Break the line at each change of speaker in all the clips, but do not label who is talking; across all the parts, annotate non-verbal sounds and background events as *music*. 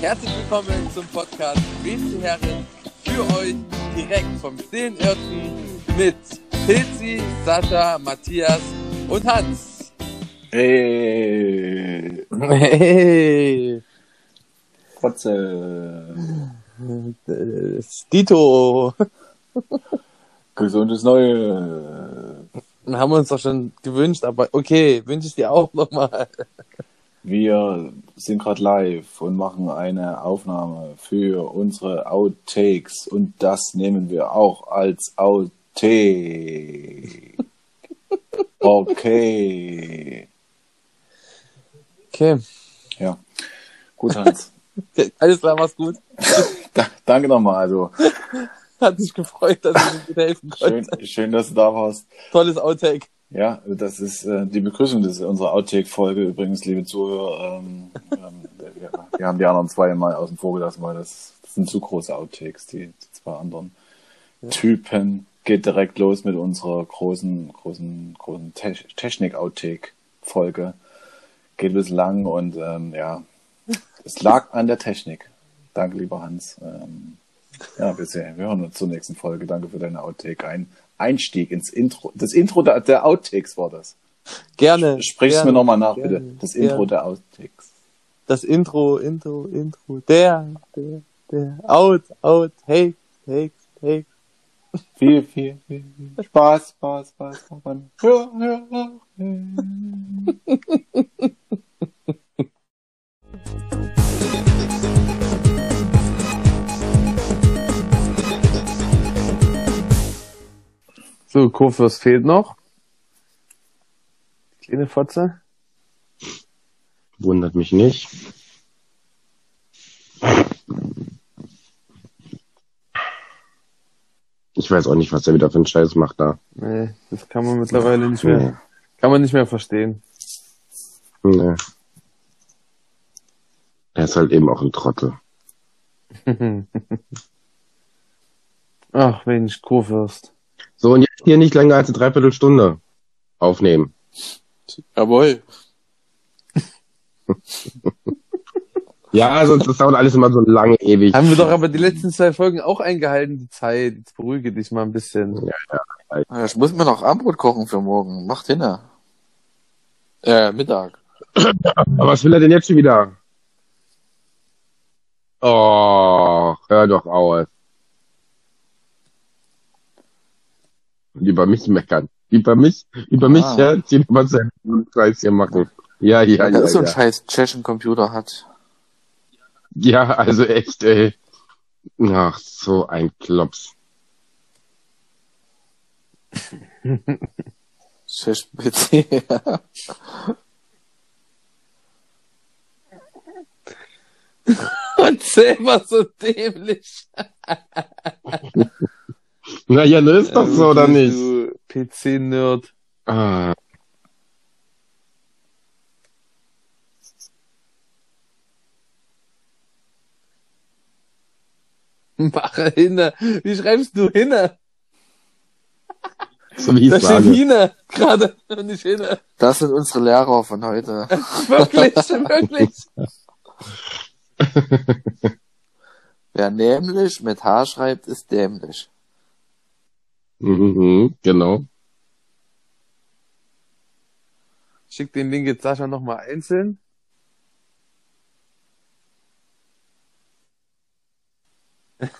Herzlich willkommen zum Podcast Grüezi Herren für euch direkt vom stillen Irrten mit Pilzi, Sascha, Matthias und Hans.
Hey,
Hey,
Protze.
äh, Dito.
Gesundes Neue.
Haben wir uns doch schon gewünscht, aber okay, wünsche ich dir auch nochmal.
Wir sind gerade live und machen eine Aufnahme für unsere Outtakes und das nehmen wir auch als Outtake. Okay.
Okay,
Ja. Gut, Hans.
alles klar, mach's gut.
Da, danke nochmal. Also,
Hat mich gefreut, dass ich dir gut helfen konnte.
schön, schön, dass du da warst.
Tolles Outtake.
Ja, das ist äh, die Begrüßung des unserer Outtake-Folge übrigens, liebe Zuhörer. Ähm, ähm, wir, wir haben die anderen zwei mal außen vor gelassen, weil das, das sind zu große Outtakes, die, die zwei anderen Typen. Geht direkt los mit unserer großen, großen, großen Te Technik-Outtake-Folge. Geht ein bisschen lang und ähm, ja, es lag an der Technik. Danke, lieber Hans. Ähm, ja, wir sehen. Wir hören uns zur nächsten Folge. Danke für deine Outtake. Ein Einstieg ins Intro. Das Intro der, der Outtakes war das.
Gerne.
Sprich es
gerne,
mir nochmal nach,
gerne,
bitte. Das
gerne.
Intro der Outtakes.
Das Intro, Intro, Intro. Der, der, der. Out, out, hey, hey, hey.
Viel, viel, viel, viel. Spaß, Spaß, Spaß. Spaß. Hör, hör, hör.
So, Kurfürst fehlt noch. Kleine Fotze.
Wundert mich nicht. Ich weiß auch nicht, was er wieder für einen Scheiß macht da.
Nee, das kann man mittlerweile nicht
Nee.
mehr. Kann man nicht mehr verstehen.
Nee. Er ist halt eben auch ein Trottel.
Ach, Mensch, Kurfürst.
So, und jetzt hier nicht länger als eine Dreiviertelstunde aufnehmen.
Jawohl.
Ja, sonst das dauert alles immer so lange ewig.
Haben wir doch aber die letzten zwei Folgen auch eingehalten, die Zeit. Jetzt beruhige dich mal ein bisschen.
halt.
Ich muss mir noch Abendbrot kochen für morgen. Macht hin. Äh, Mittag.
Aber was will er denn jetzt schon wieder? Oh, hör doch auf. Über mich meckern. Über mich, über mich,
Ah.
ja, die immer seinen Kreis hier machen. Ja, ja, ja.
das ist so ein
ja.
scheiß Tschechen-Computer hat.
ja, also echt, ey. Ach, so ein Klops.
*laughs* Tschechen-PC.
Und selber so dämlich.
Naja, ne, ist doch so, oder nicht?
Du PC-Nerd.
Ah.
*laughs* Mache hinne. Wie schreibst du hinne?
So wie
Da
ich
steht
sage.
hinne. Gerade. Und nicht hinne.
Das sind unsere Lehrer von heute.
*laughs*
*laughs*
Wirklich, wirklich.
*laughs* Wer nämlich mit H schreibt, ist dämlich.
Mhm, genau.
Schick den Link jetzt Sascha nochmal einzeln.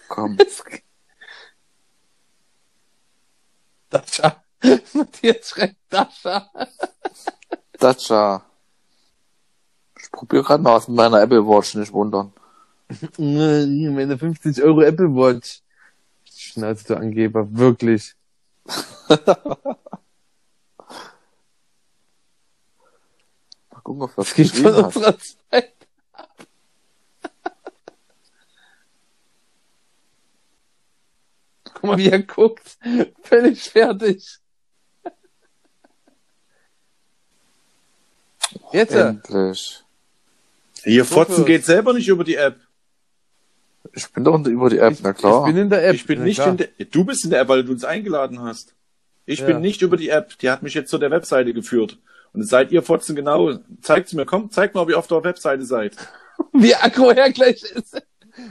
Komm.
Dascha. *laughs* Matthias schreibt Dascha.
Dacia. Ich probiere gerade mal was mit meiner Apple Watch, nicht wundern.
Meine 50 Euro Apple Watch. Schnauze, du Angeber, wirklich.
Mal gucken,
*laughs*
ob das
Das geht von
geschrieben hat.
unserer Zeit. Guck
*laughs*
mal, wie er guckt. Völlig fertig. Jetzt.
Ähm,
äh,
Endlich.
Ihr
Fotzen geht
selber nicht über die App.
Ich bin doch unter- über die App,
Ich,
na klar.
äh, ich bin in der App. Na klar.
der Du bist in der App, weil du uns eingeladen hast. Ich
Ja. bin
nicht über die App. Die hat mich jetzt zu der Webseite geführt. Und seid ihr Fotzen genau. Zeigt's mir. Komm, zeigt mal, ob ihr auf der Webseite seid.
Wie aggro er gleich ist.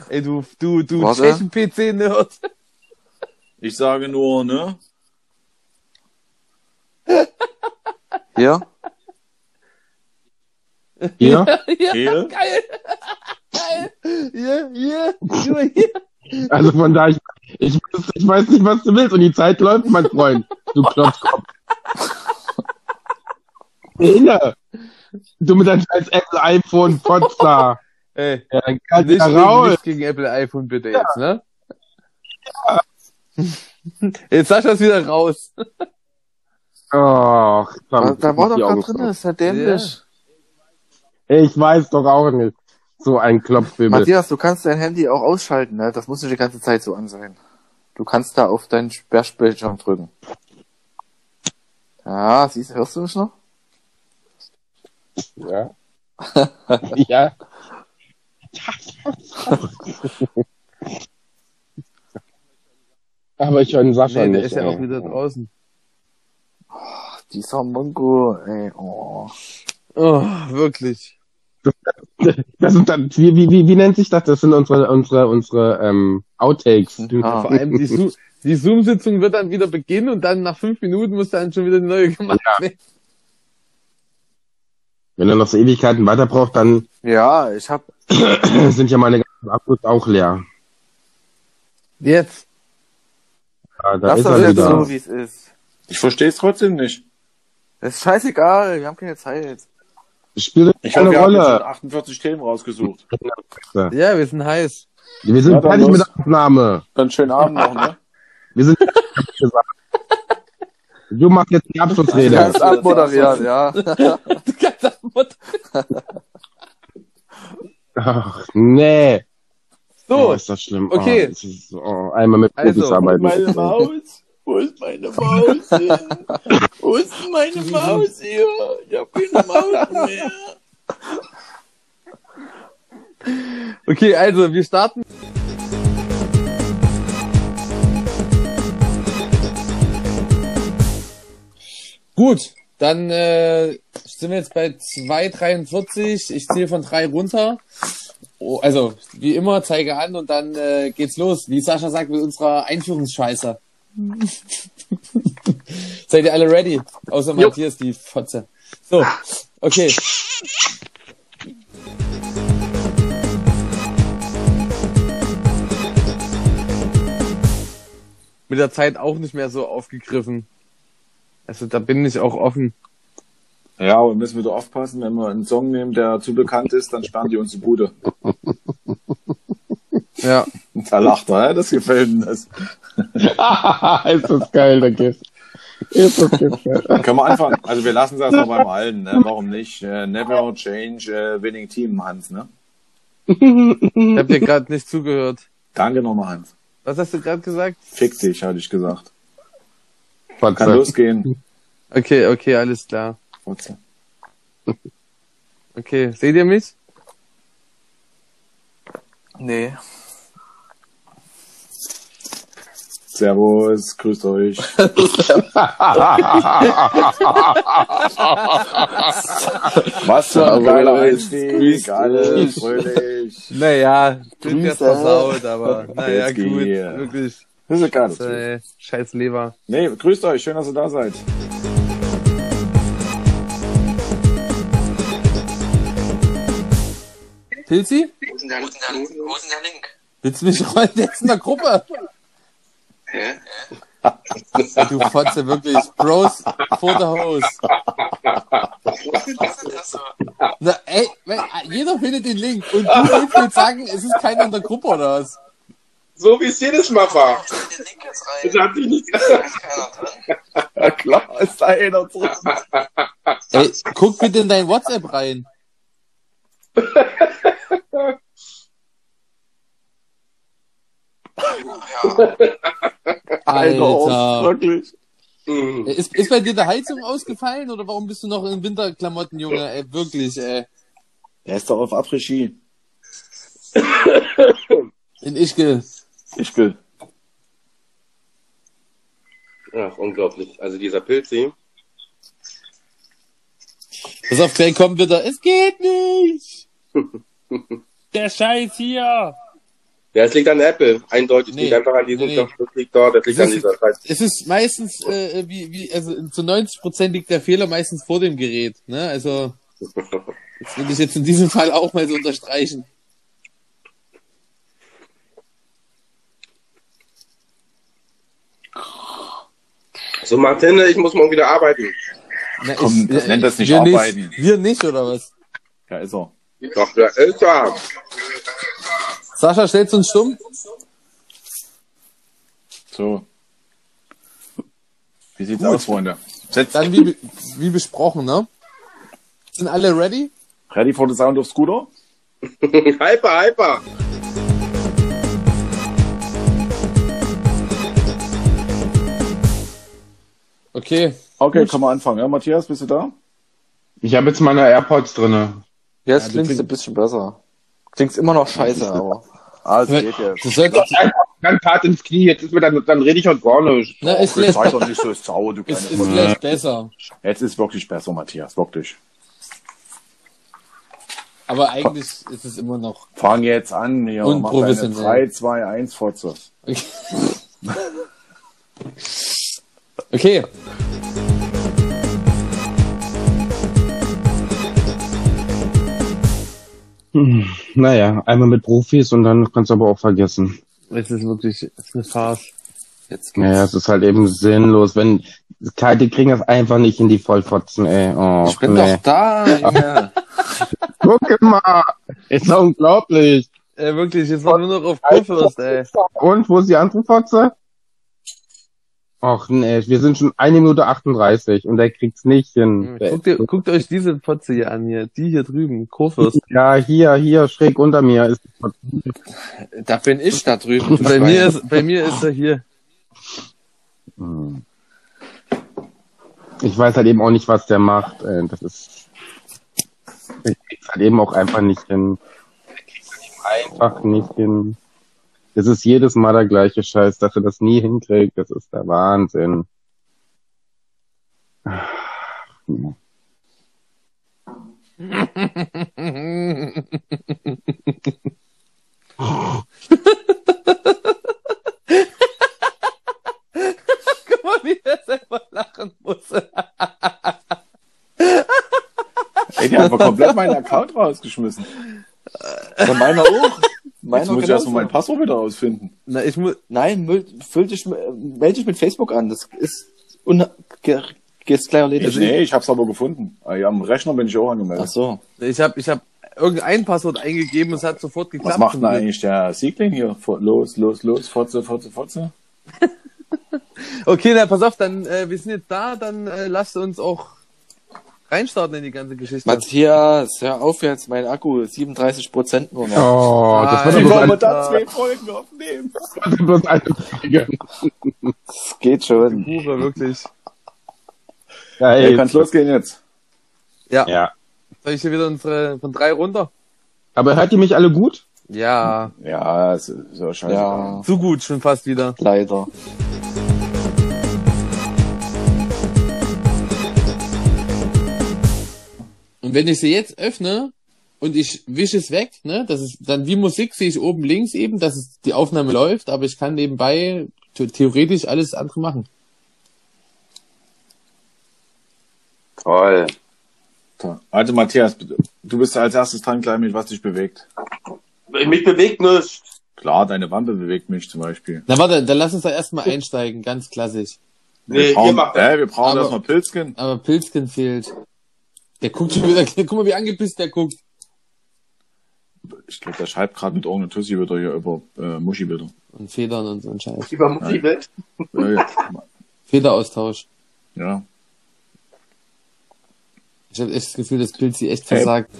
Ey, du, du, du
Was,
tschechen PC-Nerd.
Ich sage nur, ne?
Hier?
Hier?
*laughs* Ja, geil.
Kehl?
Geil. Ja, ja, nur hier.
Also von da, ich, ich, weiß- ich weiß nicht, was du willst und die Zeit läuft, mein Freund. Du Klopfkopf. Inne. Du mit deinem scheiß Apple iPhone Potzer.
*laughs* Ey,
Ja, dann kannst du
nicht,
da
gegen,
raus.
nicht gegen Apple iPhone bitte jetzt, ne? *laughs* Jetzt Sascha ist wieder raus.
Och,
Da,
verdammt,
da war
ich
doch
die Augen
gerade drin,
zu.
ist ja dämlich.
Ich weiß doch auch nicht. So ein Klopfwimmel.
Matthias, du kannst dein Handy auch ausschalten, ne? Das muss nicht die ganze Zeit so an sein. Du kannst da auf deinen Sperrbildschirm drücken. Ja, siehst, hörst du mich noch?
Ja. *laughs* ja. Aber ich höre den Sascha
Nee, der
nicht.
ist ja
ey.
auch wieder draußen.
Ach, dieser Mongo, ey, oh.
Oh, wirklich.
*laughs* Das sind dann, wie, wie, wie, wie nennt sich das? Das sind unsere, unsere, unsere ähm, Outtakes.
Ah.
Vor allem die, Zo die Zoom-Sitzung wird dann wieder beginnen und dann nach fünf Minuten muss dann schon wieder eine neue gemacht werden.
Wenn er noch so Ewigkeiten weiter braucht, dann *clears throat*
Ja, ich hab,
sind ja meine ganzen Akkus auch leer.
Jetzt.
Ja, da
lass
ist er
das jetzt
wieder.
so, wie es ist.
Ich verstehe es trotzdem nicht.
Es ist scheißegal, wir haben keine Zeit.
Spielt
Ich
keine
hoffe, wir haben jetzt schon
Rolle.
48 Themen rausgesucht.
Ja, wir sind heiß. *laughs*
Wir sind
Ja, dann
fertig
los.
mit der Aufnahme.
Dann schönen Abend noch, ne?
Wir sind Ich hab's *laughs* gesagt. Du machst jetzt die Abschlussrede.
Ja,
Ja, ist
das wird
abmoderiert,
jetzt
ja.
Du kannst das Wort-
Ach, nee. Oh,
So,
ist das schlimm.
Okay.
Oh, das ist, oh, einmal mit
Also,
Profis arbeiten.
Meine
*laughs*
Maus. Wo ist meine Maus? Wo ist meine Maus hier? Ich hab keine Maus mehr.
okay, also wir starten. Gut, dann äh, sind wir jetzt bei 2,43. Ich zähle von drei runter. Oh, also, wie immer, zeige an und dann äh, geht's los. Wie Sascha sagt, mit unserer Einführungsscheiße. Seid ihr alle ready? Außer Matthias, die Fotze. So, okay. Mit der Zeit auch nicht mehr so aufgegriffen. Also da bin ich auch offen.
*laughs* Ja, und müssen wir da aufpassen, wenn wir einen Song nehmen, der zu bekannt ist, dann sperren die uns die Bude.
Ja.
Da lacht er, ja? das gefällt mir. Das.
ist das geil, der Kiss. Ist das Kiss geil.
Dann können wir anfangen. Also wir lassen es erstmal beim Alten, ne? warum nicht? Äh, never change äh, winning team, Hans. Ne?
Ich hab dir gerade nicht zugehört.
Danke nochmal, Hans.
Was hast du gerade gesagt?
Fick dich, hatte ich gesagt. Kann
Fotze.
losgehen.
Okay, okay, alles klar.
Fotze.
Okay, seht ihr mich?
Nee.
Servus,
*laughs*
grüßt euch. Was für ein geiler Einstieg.
*laughs*
Alles fröhlich.
Naja, bin
Grüße.
jetzt versaut, aber naja,
Jetzt
gut,
geh.
wirklich.
Das ist ja geil. das Bild.
Äh, scheiß Leber.
Nee, grüßt euch, schön, dass ihr da seid.
Pilzi?
Wo ist denn der, wo ist denn
Mhm.
der, wo ist denn der Link?
Willst du mich rein jetzt in der Gruppe?
Hä?
*laughs* Du Fotze, wirklich. Bros for the Hose.
Was ist denn das so?
Na, ey, wenn- jeder findet den Link und du willst sagen, es ist keiner in der Gruppe oder was?
So wie es jedes Mal war.
Ich stell den Link jetzt
Das
*laughs*
rein.
hat sich nicht.
Da ist keiner drin.
Na klar, ist da einer drin.
Ey, guck bitte in dein WhatsApp rein.
Ja,
oh
Alter.
Wirklich.
Ey, Ist, ist bei dir der Heizung ausgefallen oder warum bist du noch in Winterklamotten, Junge? Ey, wirklich, ey.
Der ist doch auf Après-Ski.
In Ischgl.
Ich will.
Ach, unglaublich. Also dieser Pilzi.
Pass auf, gleich kommt wieder. Es geht nicht. *laughs* Der Scheiß hier!
Ja, es liegt an Apple, eindeutig.
Nee,
Nicht einfach an diesem
nee.
Knopf, das liegt da, das liegt
Das
an
ist-
dieser Scheiß.
Es ist meistens, äh, wie, wie, also zu 90% liegt der Fehler meistens vor dem Gerät. Ne? Also, das will ich jetzt in diesem Fall auch mal so unterstreichen.
So, Martin, ich muss morgen wieder arbeiten.
Na,
Komm,
ich-
das nennt das nicht
wir
arbeiten.
Nicht, wir nicht, oder was?
Ja, ist er.
Doch, da ist er.
Sascha, stellst du uns stumm?
So. Wie sieht's aus, Freunde? Setz
Dann wie, be- wie besprochen, ne? Sind alle ready?
Ready for the sound of Scooter?
hyper, hyper.
Okay.
Okay, kann man anfangen. Ja, Matthias, bist du da?
Ich habe jetzt meine AirPods drinne.
Jetzt
Ja, du
klingst du
klingst-
ein bisschen besser. Klingst immer noch scheiße, aber.
Ah, es geht jetzt.
Du sollst,
Einfach ganz hart ins Knie, jetzt ist mir dann, dann rede ich heute gar nicht.
na, ist,
Jetzt
vielleicht,
sei doch nicht so sauer, du
ist,
kleine
ist vielleicht besser.
Jetzt ist wirklich besser, Matthias, wirklich.
Aber eigentlich ist es immer noch.
Fang jetzt an, hier.
Und
Mach deine
professionell.
3, 2, 1 Fotze.
Okay.
Naja, einmal mit Profis und dann kannst du aber auch vergessen.
Es ist wirklich es ist eine Farce. Jetzt
Naja, es ist halt eben sinnlos, wenn, die kriegen das einfach nicht in die Vollfotzen, ey. Och,
Ich bin
nee.
doch da, Junge.
*laughs* Guck mal! Ist doch unglaublich!
Ey, wirklich, jetzt war nur noch auf Kurfürst, ey.
Und, wo ist die andere Fotze? Och nee, wir sind schon eine Minute 38 und der kriegt's nicht hin.
Guckt, ihr, guckt euch diese Potze hier an, hier. Die hier drüben, Kurfürst.
Ja, hier, hier, schräg unter mir ist die Fotze.
Da bin ich
*laughs*
da drüben.
Bei mir, ist, bei mir ist er hier.
Hm. Ich weiß halt eben auch nicht, was der macht. ey. Das ist. Ich krieg's halt eben auch einfach nicht hin. Ich krieg's halt eben einfach nicht hin. Es ist jedes Mal der gleiche Scheiß, dass er das nie hinkriegt. Das ist der Wahnsinn.
Guck mal, wie er selber lachen muss.
Ey, die haben wir komplett meinen Account rausgeschmissen.
Ja, meiner auch. Meiner
Jetzt muss ich
genauso.
erstmal mein Passwort wieder ausfinden.
Na, ich muss.
Nein, meld- füll dich, äh, meld dich mit Facebook an. Das ist un ge gehst gleich
Ich,
erledigt.
Also, nee, ich hab's aber gefunden. Ah, ja, Am Rechner bin ich auch
Ach
angemeldet.
so.
Ich hab, ich hab irgendein Passwort eingegeben und es hat sofort geklappt.
Was macht denn eigentlich der Siegling hier? Fo- Los, los, los, Fotze, Fotze, Fotze.
Okay, na, pass auf, dann, äh, wir sind jetzt da, dann äh, lasst uns auch reinstarten in die ganze Geschichte.
Matthias, hör auf jetzt, mein Akku, 37% nur
*laughs*
noch.
Oh,
Ah,
das wird
Nein.
Also,
doch bloß
Warum
eine,
da zwei
Folgen aufnehmen?
das wird bloß eine Folge.
Das geht schon.
Hure, wirklich.
Hey,
Geil.
kann's losgehen jetzt.
Ja.
Soll ich hier wieder unsere von drei runter?
Aber hört ihr mich alle gut?
Ja,
Ja, ist, ist ja scheiße.
Ja,
zu gut, schon fast wieder.
leider.
Und wenn ich sie jetzt öffne und ich wische es weg, ne, das ist dann wie Musik sehe ich oben links eben, dass es, die Aufnahme läuft, aber ich kann nebenbei the- theoretisch alles andere machen.
Toll.
Also Matthias, du bist als erstes dran, gleich mit was dich bewegt.
Mich bewegt nichts.
Klar, deine Wampe bewegt mich zum Beispiel.
Na warte, dann lass uns da erstmal einsteigen, ganz klassisch.
Nee,
wir brauchen,
ihr macht das.
äh, wir brauchen
Aber-
erstmal Pilzken.
Aber Pilzkin fehlt. Der guckt schon wieder, *laughs* guck mal wie angepisst der guckt.
Ich glaube, der schreibt gerade mit irgendeinem Tussi wieder hier über äh, Muschi wieder.
Und Federn und so ein Scheiß.
Über Musik,
Ja, ja.
Federaustausch.
ja.
Ich habe echt das Gefühl, dass Pilzi echt
Hey.
versagt.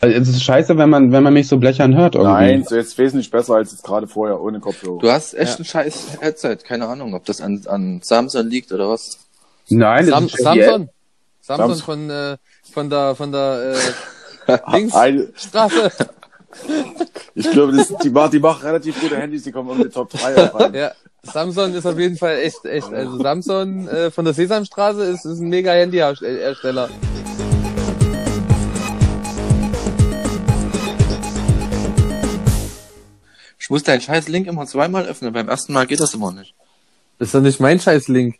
Also, es ist scheiße, wenn man, wenn man mich so blechern hört irgendwie.
Nein, so jetzt wesentlich besser als jetzt gerade vorher ohne Kopfhörer.
Du hast echt ein scheiß Headset. Keine Ahnung, ob das an, an Samsung liegt oder was.
Nein,
Sam
das ist
Samson. Samson
Samson.
von, äh, von der, von der, äh, links
Ein-
Straße.
*laughs*
ich glaube, das- die, macht- die machen relativ gute Handys, die kommen um die Top 3 rein.
Ja.
Samsung ist auf jeden Fall echt, echt. Also Samsung äh, von der Sesamstraße ist, ist ein mega Handyhersteller.
Ich muss deinen scheiß Link immer zweimal öffnen. Beim ersten Mal geht das immer nicht.
Das ist doch nicht mein Scheiß-Link.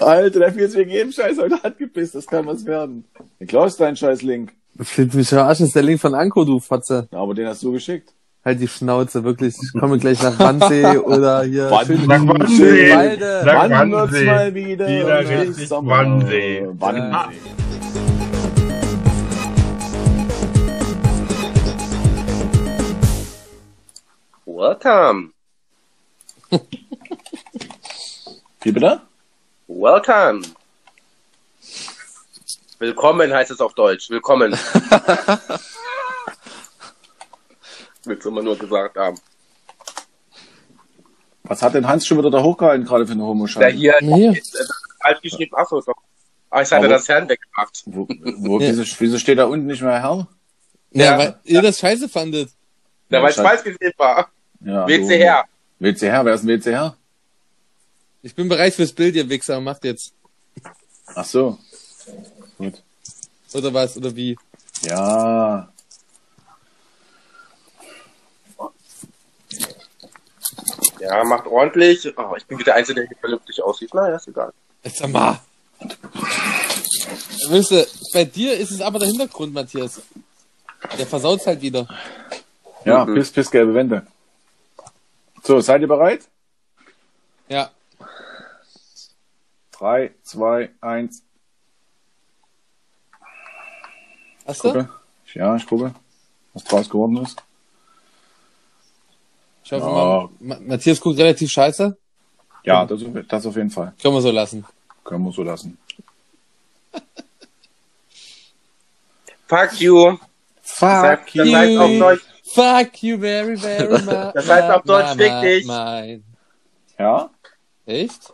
Alter, der fühlt sich jedem Scheiß heute angepisst. Das kann was werden. Ich glaubst deinen scheiß Link.
Ich will mich verarschen, das ist der Link von Anko, du Fotze.
Ja, aber den hast du geschickt.
Halt die Schnauze, wirklich. Ich komme gleich nach Wannsee oder hier.
Äh,
schön-
Nach Wannsee.
Schönwalde.
Nach
Wann wird's
Wannsee.
mal wieder? um
Wieder
Und
richtig
im Sommer.
Wannsee.
Wannsee.
Welcome.
*laughs* Wie bitte?
Welcome. Willkommen heißt es auf Deutsch.
*laughs*
Willkommen. Willst du immer nur gesagt haben.
Was hat denn Hans schon wieder da hochgehalten gerade für eine homo
Ähm,
Na
-Scheiße?
hier,
Hier.
alt geschrieben. Achso, ist noch. Ah, ich hatte
Aber-
das Herrn weggemacht.
Wo, wo, wieso, wieso steht da unten nicht mehr Herr?
Ja,
Ja.
weil ihr das scheiße fandet.
Na,
Ja,
weil es
scheiße.
weiß gesehen war.
Ja,
Willst
du-
du her?
Willst du her? Wer ist denn willst du her?
Ich bin bereit fürs Bild, ihr Wichser. Macht jetzt.
Ach so. Gut.
Oder was? Oder wie?
Ja.
Ja, macht ordentlich. Oh, ich bin wieder der Einzige, der hier vernünftig aussieht. Naja, ist egal.
Jetzt sag mal. Weißt du, bei dir ist es aber der Hintergrund, Matthias. Der versaut's halt wieder.
Ja,
Mhm.
piss, piss, gelbe Wände. So, seid ihr bereit?
Ja.
Drei, zwei, eins.
Hast du?
gucke. Ja, ich gucke, was draus geworden ist.
Ich hoffe
Ja.
mal, Ma Matthias guckt relativ scheiße.
Ja, das, das auf jeden Fall.
Können wir so lassen.
Können wir so lassen.
Fuck you.
Fuck
das heißt auf Deutsch,
Fuck you very, very much.
Das heißt auf Deutsch, fick dich.
Mein.
Ja?
Echt?